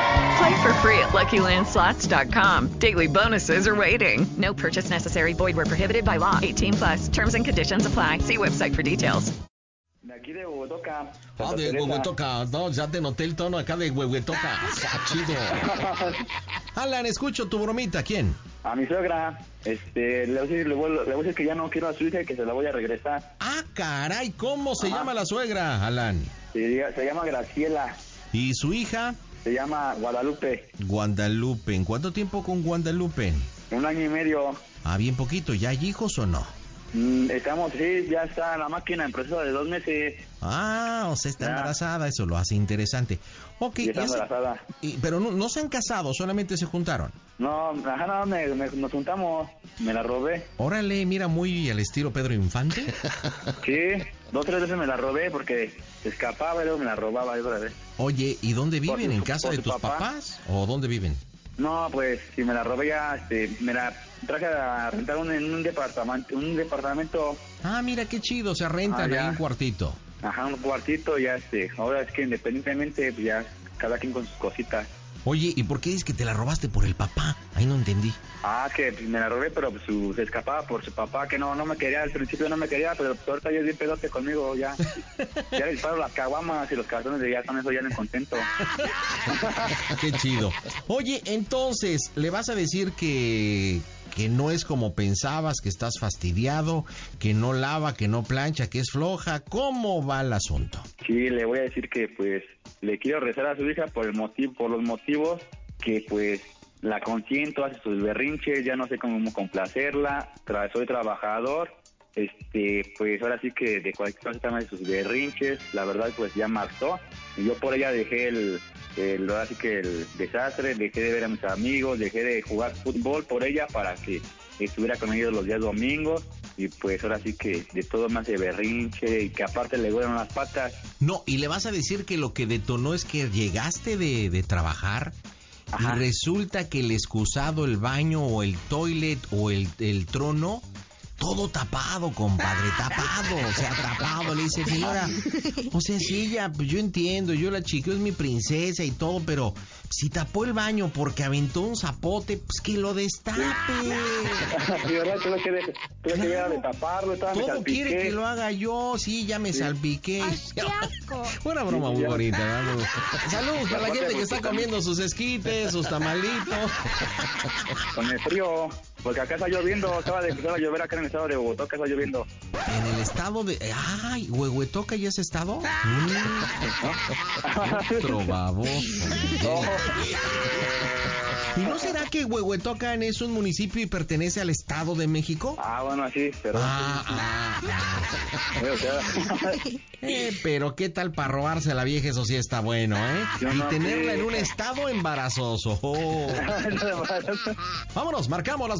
Play for free at LuckyLandSlots.com. Daily bonuses are waiting. No purchase necessary. Void where prohibited by law. 18 plus. Terms and conditions apply. See website for details. De aquí de Bogotá. Ah, de Huehuetoca. No, ya te noté el tono acá de Huehuetoca. Ah, Chido. Alan, escucho tu bromita. ¿Quién? A mi sogra, este, le voy, a decir, le, voy, le voy a decir que ya no quiero a su hija y que se la voy a regresar. Ah, caray, ¿cómo se llama la suegra, Alan? Se, se llama Graciela, ¿Y su hija? se llama Guadalupe, Guadalupe. ¿En cuánto tiempo con Guadalupe? un año y medio. Ah, bien poquito. ¿Ya hay hijos o no? Mm, Estamos, sí, ya está la máquina en proceso de dos meses Ah, o sea, está Ya. embarazada. Eso lo hace interesante. Ok, y está ya se- embarazada. y- pero no, no se han casado, solamente se juntaron. No, ajá, no, me- me- nos juntamos, me la robé. Órale, mira muy al estilo Pedro Infante. Sí, dos tres veces me la robé porque se escapaba y luego me la robaba y otra vez. Oye, ¿y dónde Por viven? su- ¿En casa por de su tus papá. papás? ¿O dónde viven? No, pues si me la robé ya, este, me la traje a rentar un- en un departamento, un departamento, Ah, mira qué chido, se rentan Ah, ya. ahí un cuartito. ajá, un cuartito, ya este, ahora es que independientemente, pues, ya cada quien con sus cositas. Oye, ¿y por qué es que te la robaste por el papá? Ahí no entendí. Ah, que pues, me la robé, pero pues, su- se escapaba por su papá, que no, no me quería, al principio no me quería, pero pues, ahorita ya es bien pedote conmigo, ya. Ya le disparo las caguamas y los cartones de ya, con eso ya no contento. Qué chido. Oye, entonces, ¿le vas a decir que, que no es como pensabas, que estás fastidiado, que no lava, que no plancha, que es floja? ¿Cómo va el asunto? Sí, le voy a decir que pues le quiero rezar a su hija por el motivo, por los motivos que pues la consiento, hace sus berrinches, ya no sé cómo complacerla, tra- soy trabajador, este, pues ahora sí que de cualquier cosa también hace sus berrinches, la verdad pues ya marchó, y yo por ella dejé el, el- ahora sí que el desastre, dejé de ver a mis amigos, dejé de jugar fútbol por ella para que estuviera con ellos los días domingos, y pues ahora sí que de todo más de berrinche, y que aparte le duelen las patas, No, y le vas a decir que lo que detonó es que llegaste de, de trabajar Ajá. y resulta que el excusado, el baño o el toilet o el, el trono, todo tapado, compadre, tapado, o sea, tapado. Le dice, señora, o sea, si ella, pues yo entiendo, yo la chiqueo, es mi princesa y todo, pero si tapó el baño porque aventó un zapote, pues que lo destape. Sí, ¿verdad? Tuve que, de, tuve que Claro. de taparlo, estaba me Todo salpiqué. quiere que lo haga yo, sí, ya me salpiqué. Ay, qué asco. Una broma muy bonita, ¿verdad? Saludos para la aparte, gente que pues, está tú también. comiendo sus esquites, sus tamalitos. Con el frío, porque acá está lloviendo, acaba de empezar a llover acá en el estado de Bogotá, acá está lloviendo. En el estado de. ¡Ay! ¿Huehuetoca ya es estado? Mm, Otro baboso. ¿Y no será que Huehuetocan es un municipio y pertenece al estado de México? Ah, bueno, así, pero... Ah, ah, ah. o sea, Eh, pero qué tal para robarse a la vieja, eso sí está bueno, ¿eh? Yo Y no tenerla sé. en un estado embarazoso. Oh. Vámonos, marcamos las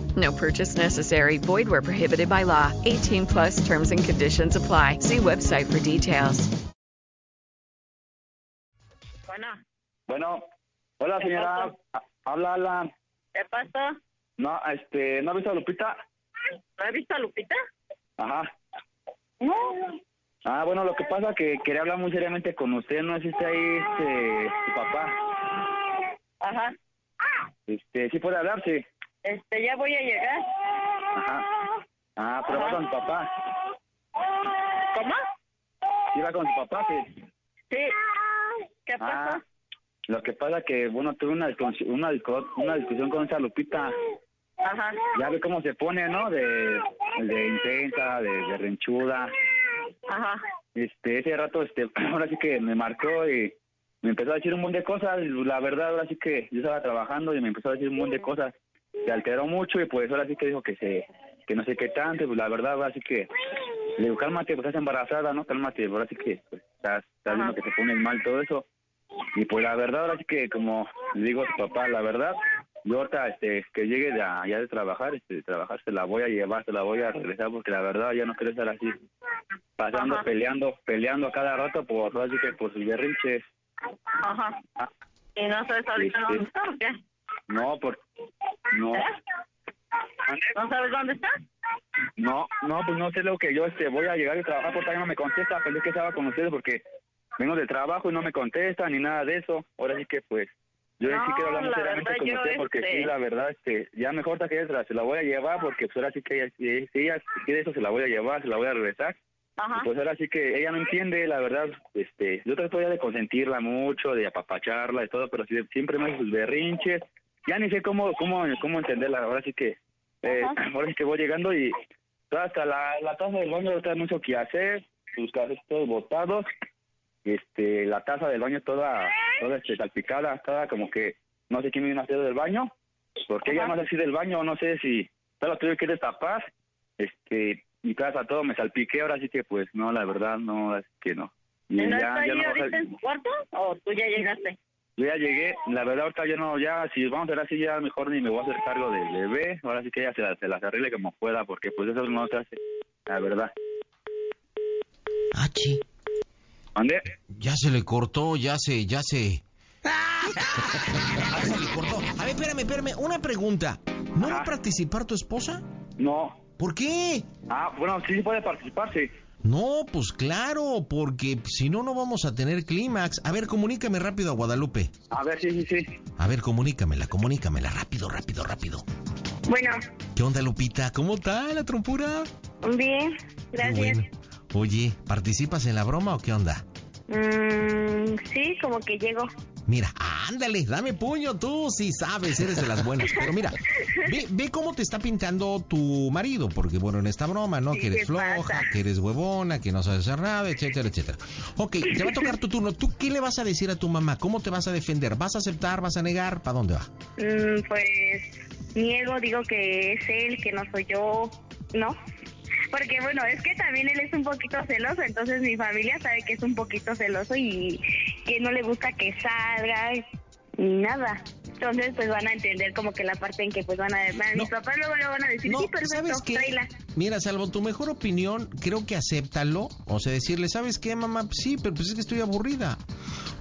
No purchase necessary. Void where prohibited by law. 18 plus terms and conditions apply. See website for details. Bueno, Bueno, hola ¿Qué señora. Ah, Habla Alan. ¿qué pasó? No, este, ¿no ha visto a Lupita? ¿No has visto a Lupita? Ajá. No. Ah, bueno, lo que pasa que quería hablar muy seriamente con usted. No existe ahí este, su papá. Ajá. Este, sí puede hablar, sí. Este, ya voy a llegar. Ajá. Ah, pero va con su papá. ¿Cómo? Sí va con su papá, sí. Sí. ¿Qué pasó? Ah, lo que pasa que, bueno, tuve una, discus- una, discu- una discusión con esa Lupita. Ajá. Ya ve cómo se pone, ¿no? De, de intensa, de, de renchuda. Ajá. Este, ese rato, este, ahora sí que me marcó y me empezó a decir un montón de cosas. La verdad, ahora sí que yo estaba trabajando y me empezó a decir un montón de cosas. Se alteró mucho y pues ahora sí que dijo que se, que no sé qué tanto. y, Pues la verdad, ahora sí que le digo, cálmate, pues estás embarazada, ¿no? Cálmate, ahora sí que pues, estás, estás viendo que te pones mal todo eso. Y pues la verdad, ahora sí que como le digo a tu papá, la verdad, yo ahorita este, que llegue de allá de trabajar, este, de trabajar, se la voy a llevar, se la voy a regresar, porque la verdad ya no quiero estar así, pasando, Ajá. peleando, peleando a cada rato por, ahora sí que por sus berrinches. Ah. Ajá. ¿Y no sabes ahorita Sí, sí. dónde está o qué? ¿Eh? No, por, no, ¿No sabes dónde está? no, no, pues no sé lo que yo este, voy a llegar de trabajar, porque no me contesta, pensé que estaba con ustedes porque vengo de trabajo y no me contesta ni nada de eso, ahora sí que pues... Yo sí No, quiero hablar muy la seriamente verdad, con yo, usted porque sí, este, la verdad, este, ya mejor está que ella se la- se la voy a llevar porque pues ahora sí que ella, si si ella quiere eso se la voy a llevar, se la voy a regresar. Ajá. Y, Pues ahora sí que ella no entiende, la verdad, este, yo trato ya de consentirla mucho, de apapacharla y todo, pero sí, siempre me hace sus berrinches. Ya ni sé cómo, cómo, cómo entenderla, ahora sí que, eh, ahora sí que voy llegando y hasta la, la taza del baño no mucho que hacer, sus cafés todos botados, este, la taza del baño toda, toda este, salpicada, toda como que no sé quién vino a hacer del baño, porque ella Ajá. no hace así del baño, no sé si toda la tuve que destapar, este, mi casa todo me salpiqué, ahora sí que pues no, la verdad no, es que no. Y ¿No está ahí no ahorita en su cuarto o tú ya llegaste? yo ya llegué, la verdad ahorita yo no, ya, si vamos a hacer así, ya mejor ni me voy a hacer cargo del bebé, ahora sí que ella se, la- se las arregle como pueda, porque pues eso no se hace, la verdad. Ah, chi. ¿Dónde? Ya se le cortó, ya se, ya se. Ya se le cortó. A ver, espérame, espérame. Una pregunta. ¿No va a Ajá. participar tu esposa? No. ¿Por qué? Ah, bueno, sí, sí puede participar, sí. No, pues claro, porque si no, no vamos a tener clímax. A ver, comunícame rápido a Guadalupe. A ver, sí, sí, sí. A ver, comunícamela, comunícamela. Rápido, rápido, rápido. Bueno, ¿Qué onda, Lupita? ¿Cómo está la trompura? bien, Qué bueno. Oye, ¿participas en la broma o qué onda? Mm, sí, como que llego. Mira, ándale, dame puño tú, si sabes, eres de las buenas. Pero mira, ve, ve cómo te está pintando tu marido, porque bueno, en esta broma, ¿no? Sí, que eres ¿qué floja, pasa? que eres huevona, que no sabes hacer nada, etcétera, etcétera. Ok, te va a tocar tu turno. ¿Tú qué le vas a decir a tu mamá? ¿Cómo te vas a defender? ¿Vas a aceptar? ¿Vas a negar? ¿Para dónde va? Mm, pues niego, digo que es él, que no soy yo, ¿no? Porque bueno, es que también él es un poquito celoso, entonces mi familia sabe que es un poquito celoso y que no le gusta que salga ni nada. Entonces pues van a entender como que la parte en que pues van a... van- No. Mis papás luego le van a decir, sí, perfecto, ¿sabes qué? tráela. Mira, salvo tu mejor opinión, creo que acéptalo. O sea, decirle, ¿sabes qué, mamá? Pues Sí, pero pues es que estoy aburrida.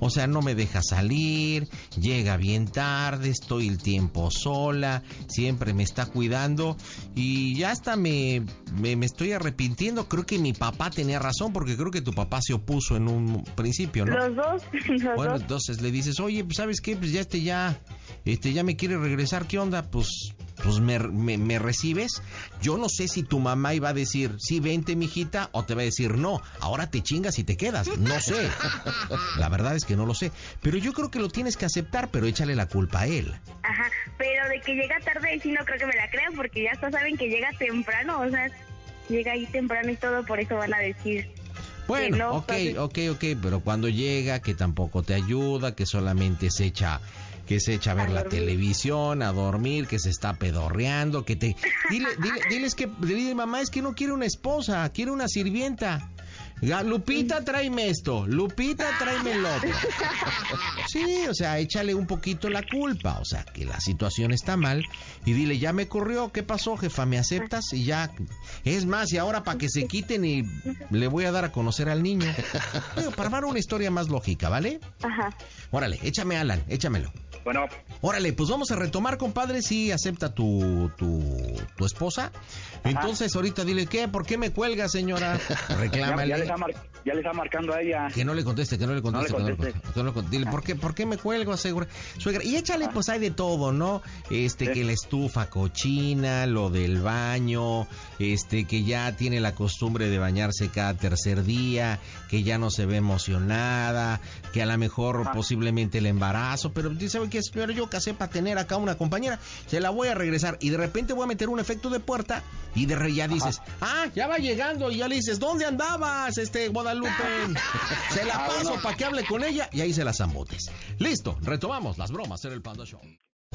O sea, no me deja salir, llega bien tarde, estoy el tiempo sola, siempre me está cuidando y ya hasta me, me, me estoy arrepintiendo. Creo que mi papá tenía razón porque creo que tu papá se opuso en un principio, ¿no? Los dos, los Bueno, dos. entonces le dices, oye, pues sabes qué, pues ya este ya, este ya me quiere regresar, ¿qué onda? Pues, pues me, me- me recibes. Yo no sé si tu mamá iba a decir, sí, vente, mijita, o te va a decir, no, ahora te chingas y te quedas. No sé. La verdad es que no lo sé. Pero yo creo que lo tienes que aceptar, pero échale la culpa a él. Ajá, pero de que llega tarde sí no creo que me la crean porque ya hasta saben que llega temprano, o sea, llega ahí temprano y todo, por eso van a decir. Bueno, Sí, no, ok, fácil. ok, ok, pero cuando llega, que tampoco te ayuda, que solamente se echa que se echa a ver la televisión, a dormir, que se está pedorreando, que te... Dile, dile, diles que, dile, mamá, es que no quiere una esposa, quiere una sirvienta. Ya, Lupita, tráeme esto. Lupita, tráeme lo otro. Sí, o sea, échale un poquito la culpa. O sea, que la situación está mal. Y dile, ya me corrió. ¿Qué pasó, jefa? ¿Me aceptas? Y ya. Es más, y ahora para que se quiten y le voy a dar a conocer al niño. Digo, para armar una historia más lógica, ¿vale? Ajá. Órale, échame, Alan, échamelo. Bueno, Órale, pues vamos a retomar, compadre, si acepta tu, tu, tu esposa. Entonces, ahorita dile, ¿qué? ¿Por qué me cuelga, señora? ya, ya le Reclámale. está mar- ya le está marcando a ella. Que no le conteste, que no le conteste, No le que no le conteste. conteste, que no le conteste. Dile, ¿por qué, ¿por qué me cuelgo, asegura? Suegra, y échale, pues hay de todo, ¿no? Este, que la estufa cochina, lo del baño, este, que ya tiene la costumbre de bañarse cada tercer día, que ya no se ve emocionada, que a lo mejor posiblemente el embarazo, pero ¿sabe qué? Pero yo casé para tener acá una compañera, se la voy a regresar y de repente voy a meter un efecto de puerta y de re ya dices, ah, ya va llegando y ya le dices, ¿dónde andabas, este Guadalupe? Se la paso para que hable con ella y ahí se las zambotes. Listo, retomamos las bromas en el Panda Show.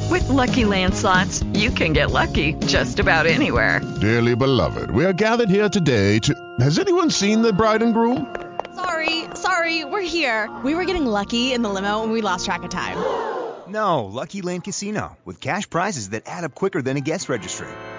With Lucky Land slots, you can get lucky just about anywhere. Dearly beloved, we are gathered here today to. Has anyone seen the bride and groom? Sorry, sorry, we're here. We were getting lucky in the limo and we lost track of time. No, Lucky Land Casino, with cash prizes that add up quicker than a guest registry.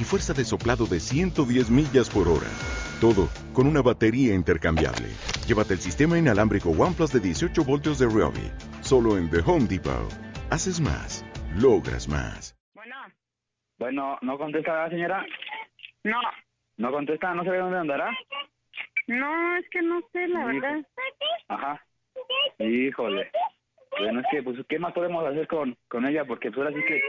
Y fuerza de soplado de 110 millas por hora. Todo con una batería intercambiable. Llévate el sistema inalámbrico OnePlus de 18 voltios de Ryobi solo en The Home Depot. Haces más, logras más. Bueno, ¿no contesta la señora? No, ¿No contesta? ¿No sabe dónde andará? no, es que no sé, la verdad. Ajá. Híjole. Bueno, es que, pues, ¿qué más podemos hacer con, con ella? Porque, pues, ahora sí que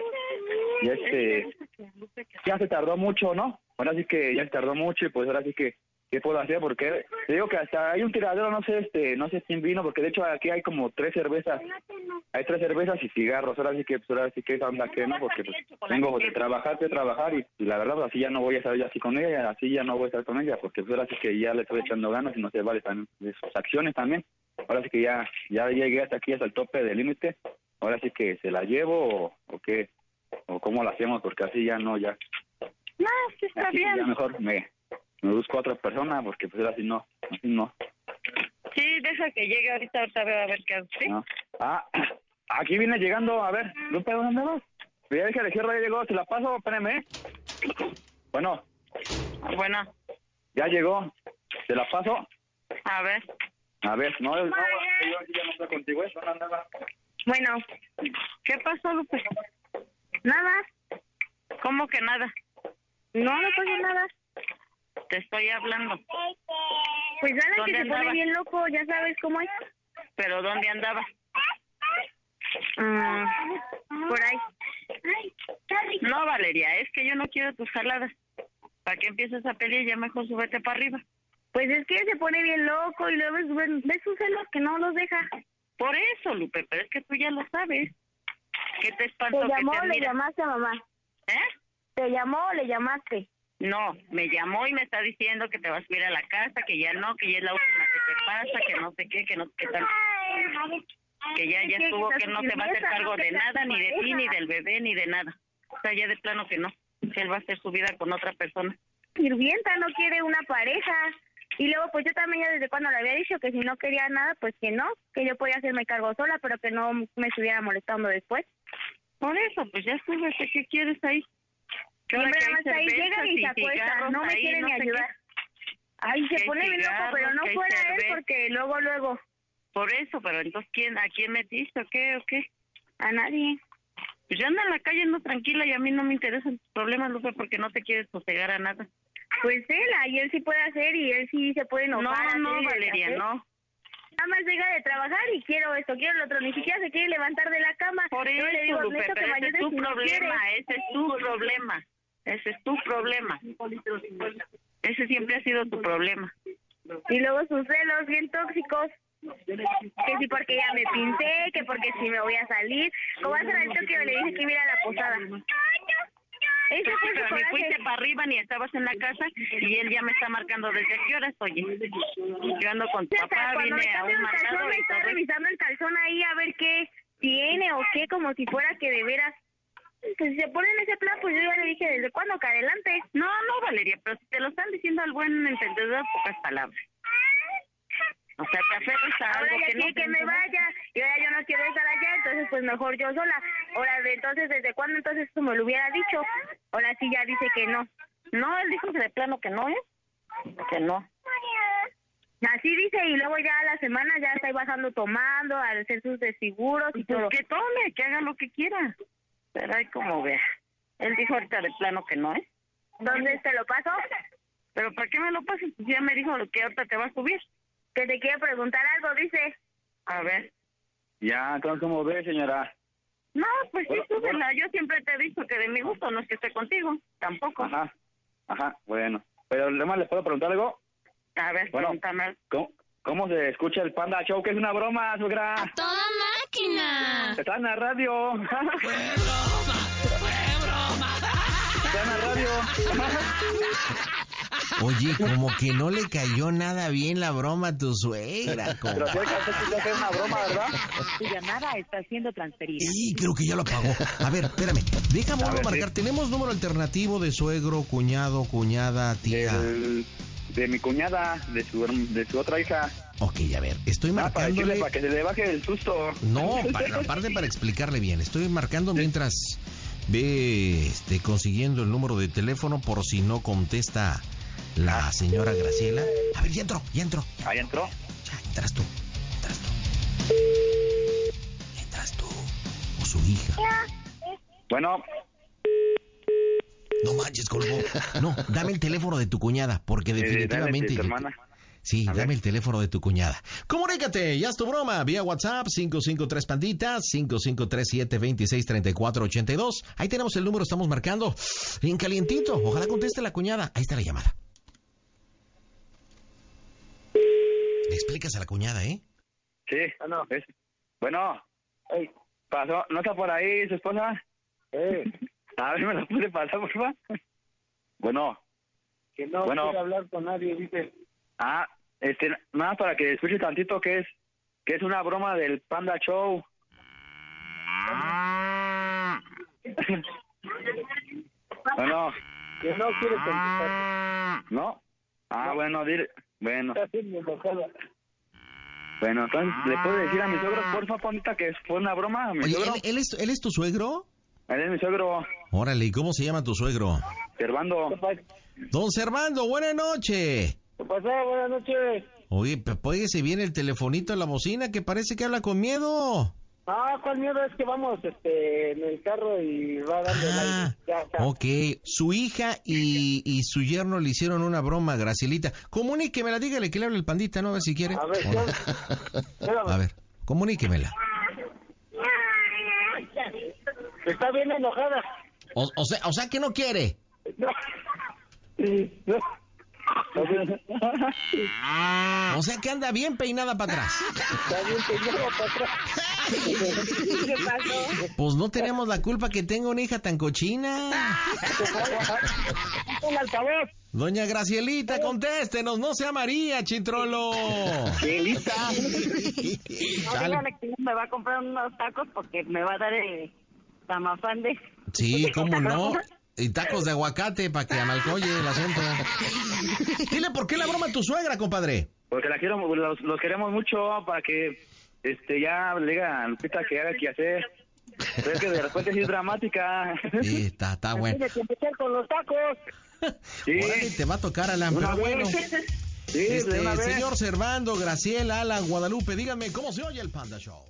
ya, este, ya se tardó mucho, ¿no? Ahora sí que ya se tardó mucho y, pues, ahora sí que, ¿qué puedo hacer? Porque te digo que hasta hay un tiradero, no sé, este, no sé quién vino, porque, de hecho, aquí hay como tres cervezas. Hay tres cervezas y cigarros. Ahora sí que, pues, ahora sí que esa onda que, ¿no? Porque, pues, tengo que trabajar, que trabajar y, y la verdad, pues, así ya no voy a estar yo así con ella, así ya no voy a estar con ella, porque, pues, ahora sí que ya le estoy echando ganas y no se vale también de sus acciones también ahora sí que ya ya llegué hasta aquí, hasta el tope del límite, ahora sí que se la llevo o, o qué, o cómo la hacemos, porque así ya no, ya, No, sí está así ya bien. mejor me, me busco a otra persona, porque pues así no, así no, Sí, deja que llegue ahorita, ahorita veo a ver qué hago. ¿sí? no. Ah, aquí viene llegando, a ver, Lupe, ¿dónde andabas? Ya dije, el cierre ya llegó, se la paso, espérame, ¿eh? Bueno, Bueno, ya llegó, se la paso, a ver. a ver, no, no, yo aquí ya no estoy contigo, ¿eh? ¿Dónde andabas? Bueno, ¿qué pasó, Lupe? Nada. ¿Cómo que nada? No, no pasó nada. Te estoy hablando. Pues Alan, que ¿Dónde se pone andabas? bien loco, ya sabes cómo es. ¿Pero dónde andabas? Mm, por ahí. No, Valeria, es que yo no quiero tus jaladas. ¿Para qué empiezas a pelear? Ya mejor súbete para arriba. Pues es que se pone bien loco y luego es buen- ve sus celos que no los deja. Por eso, Lupe, pero es que tú ya lo sabes. ¿Qué te espantó ¿Te llamó que o te le admira? llamaste a mamá? ¿Eh? ¿Te llamó o le llamaste? No, me llamó y me está diciendo que te vas a ir a la casa, que ya no, que ya es la última que te pasa, que no sé qué, que no sé qué tal. Que ya, ya estuvo, que no se va a hacer cargo de nada, ni de ti, ni del bebé, ni de nada. O sea, ya de plano que no. Que él va a hacer su vida con otra persona. Sirvienta no quiere una pareja. Y luego, pues yo también ya desde cuando le había dicho que si no quería nada, pues que no, que yo podía hacerme cargo sola, pero que no me estuviera molestando después. Por eso, pues ya súbete, ¿qué quieres ahí? Que ahora Siempre que hay nada más ahí cervezas llegan y se acuestan, cigarros no me ahí, quieren ni sé qué. ayudar. Ay, Que se pone bien loco, cigarros, pero no que hay fuera él cerveza. porque luego, luego, Por eso, pero entonces, ¿quién, ¿a quién metiste o qué o qué? a nadie. Pues ya anda en la calle, no tranquila y a mí no me interesan tus problemas, Lupe, porque no te quieres sosegar a nada. Pues él, ahí él sí puede hacer y él sí se puede enojar. No, ¿eh? hacer no, y Valeria, deshacer. no. Nada más llega de trabajar y quiero esto, quiero lo otro. Ni siquiera se quiere levantar de la cama. Por Yo eso, le digo, Lupe, "Neto, pero te ese es bañes tu si no problema, quieres". ese es tu problema, ese es tu problema. Ese siempre ha sido tu problema. Y luego sus celos bien tóxicos. Que si porque ya me pinté, que porque si me voy a salir. Como hace ratito que le dije que iba a ir a la posada. Eso Pues sí, fue su pero ni coraje. fuiste para arriba ni estabas en la casa y él ya me está marcando desde qué horas, oye. Yo ando con tu Neta, papá, cuando me vine a cambio un el calzón, mandado me y está todo. revisando el calzón ahí a ver qué tiene o qué, como si fuera que de veras. Que si se pone en ese plan, pues yo ya le dije, ¿desde cuándo que adelante? No, no, Valeria, pero si te lo están diciendo al buen entendedor, pocas palabras. O sea, te aferras a Ahora algo ya que no quiere que me vaya, y ahora yo no quiero estar allá, entonces pues mejor yo sola. Ahora, de entonces, ¿desde cuándo entonces tú me lo hubiera dicho? Ahora sí ya dice que no. No, él dijo que de plano que no, ¿eh? Que no. Así dice, y luego ya a la semana ya está ahí bajando tomando, a hacer sus desfiguros y todo. Pues que tome, que haga lo que quiera. Pero hay como vea. Él dijo ahorita de plano que no, ¿eh? Entonces, ¿te lo paso? ¿Pero para qué me lo pasas? Pues Ya me dijo que ahorita te va a subir. Que te quiere preguntar algo, dice. A ver. Ya, entonces, ¿cómo ve, señora? No, pues sí, Bueno, súbela. Yo siempre te he dicho que de mi gusto no es que esté contigo. Tampoco. Ajá, ajá, bueno. Pero además, ¿le puedo preguntar algo? A ver, Bueno. pregúntame. ¿Cómo, cómo se escucha el Panda Show? Que es una broma, suegra. Toda máquina. Está en la radio. Está en la radio. Oye, como que no le cayó nada bien la broma a tu suegra. como- Pero suegra, usted pensó que es una broma, ¿verdad? Tu llamada está siendo transferida. Y creo que ya lo apagó. A ver, espérame. Deja A vuelvo a ver, marcar. sí. Tenemos número alternativo de suegro, cuñado, cuñada, tía. Del- de mi cuñada, de su, herm- de su otra hija. Ok, a ver. Estoy Ah, para decirle, marcándole. para que se le baje el susto. No, para, aparte para explicarle bien. Estoy marcando mientras ve este, consiguiendo el número de teléfono por si no contesta la señora Graciela. A ver, ya entró, ya entró. Ahí entró. Ya entras tú. Entras tú. Entras tú. O su hija. Bueno, No manches, colgó. No, dame el teléfono de tu cuñada, porque eh, dale, definitivamente. tu yo- hermana. Sí, dame el teléfono de tu cuñada. Comunícate, ya es tu broma, vía WhatsApp 553 Panditas 5537263482. Ahí tenemos el número, estamos marcando. En calientito, ojalá conteste la cuñada. Ahí está la llamada. Le explicas a la cuñada, ¿eh? Sí. Es- Bueno, pasó, ¿no está por ahí su esposa? A ver, ¿me la puede pasar, por favor? Bueno, Que no Bueno. quiere hablar con nadie, dice. ah, este, nada más para que escuche tantito que es, que es una broma del Panda Show. bueno, Que no quiere contestar. ¿no? Ah, bueno, dile, bueno, Está haciendo enojada. bueno, entonces, ¿le puedo decir a mi suegro, porfa, Pandita, que fue una broma? ¿Mi Oye, suegro? ¿él, él es, él es tu suegro? Él es mi suegro, Órale, ¿y cómo se llama tu suegro? Servando. Don Servando, buena noche. ¿Qué pasó? Buenas noches. Oye, pe- póngase bien el telefonito en la bocina que parece que habla con miedo. Ah, ¿cuál miedo es que vamos este, en el carro y va dando el Ah, aire? Ya, ya. ok. Su hija y, y su yerno le hicieron una broma, Gracilita. Comuníquemela, dígale que le hable el pandita, ¿no? A ver si quiere. A ver, O no. espérame. A ver, comuníquemela. Está bien enojada. O, o sea, o sea que no quiere. No. No. O sea que anda bien peinada para atrás. Está bien peinado para atrás. ¿Qué pasó? Pues no tenemos la culpa que tenga una hija tan cochina. Un altavoz. Doña Eh. Gracielita, contéstenos, no sea María, chitrolo. Chale. Dígale que me va a comprar unos tacos porque me va a dar el tamafán de... Sí, cómo no. Y tacos de aguacate para que amalcoye el asunto. Dile por qué la broma a tu suegra, compadre. Porque la quiero, los, los queremos mucho para que este ya le diga a Lupita que haga que hacer. Pero es que de repente sí es dramática. Sí, está, está bueno. Tiene que empezar con los tacos. Sí, Órale, te va a tocar, Alan, Una pero bueno. vez. sí, de Este, una vez. señor Servando, Graciela, Alan, Guadalupe, díganme, ¿cómo se oye el Panda Show?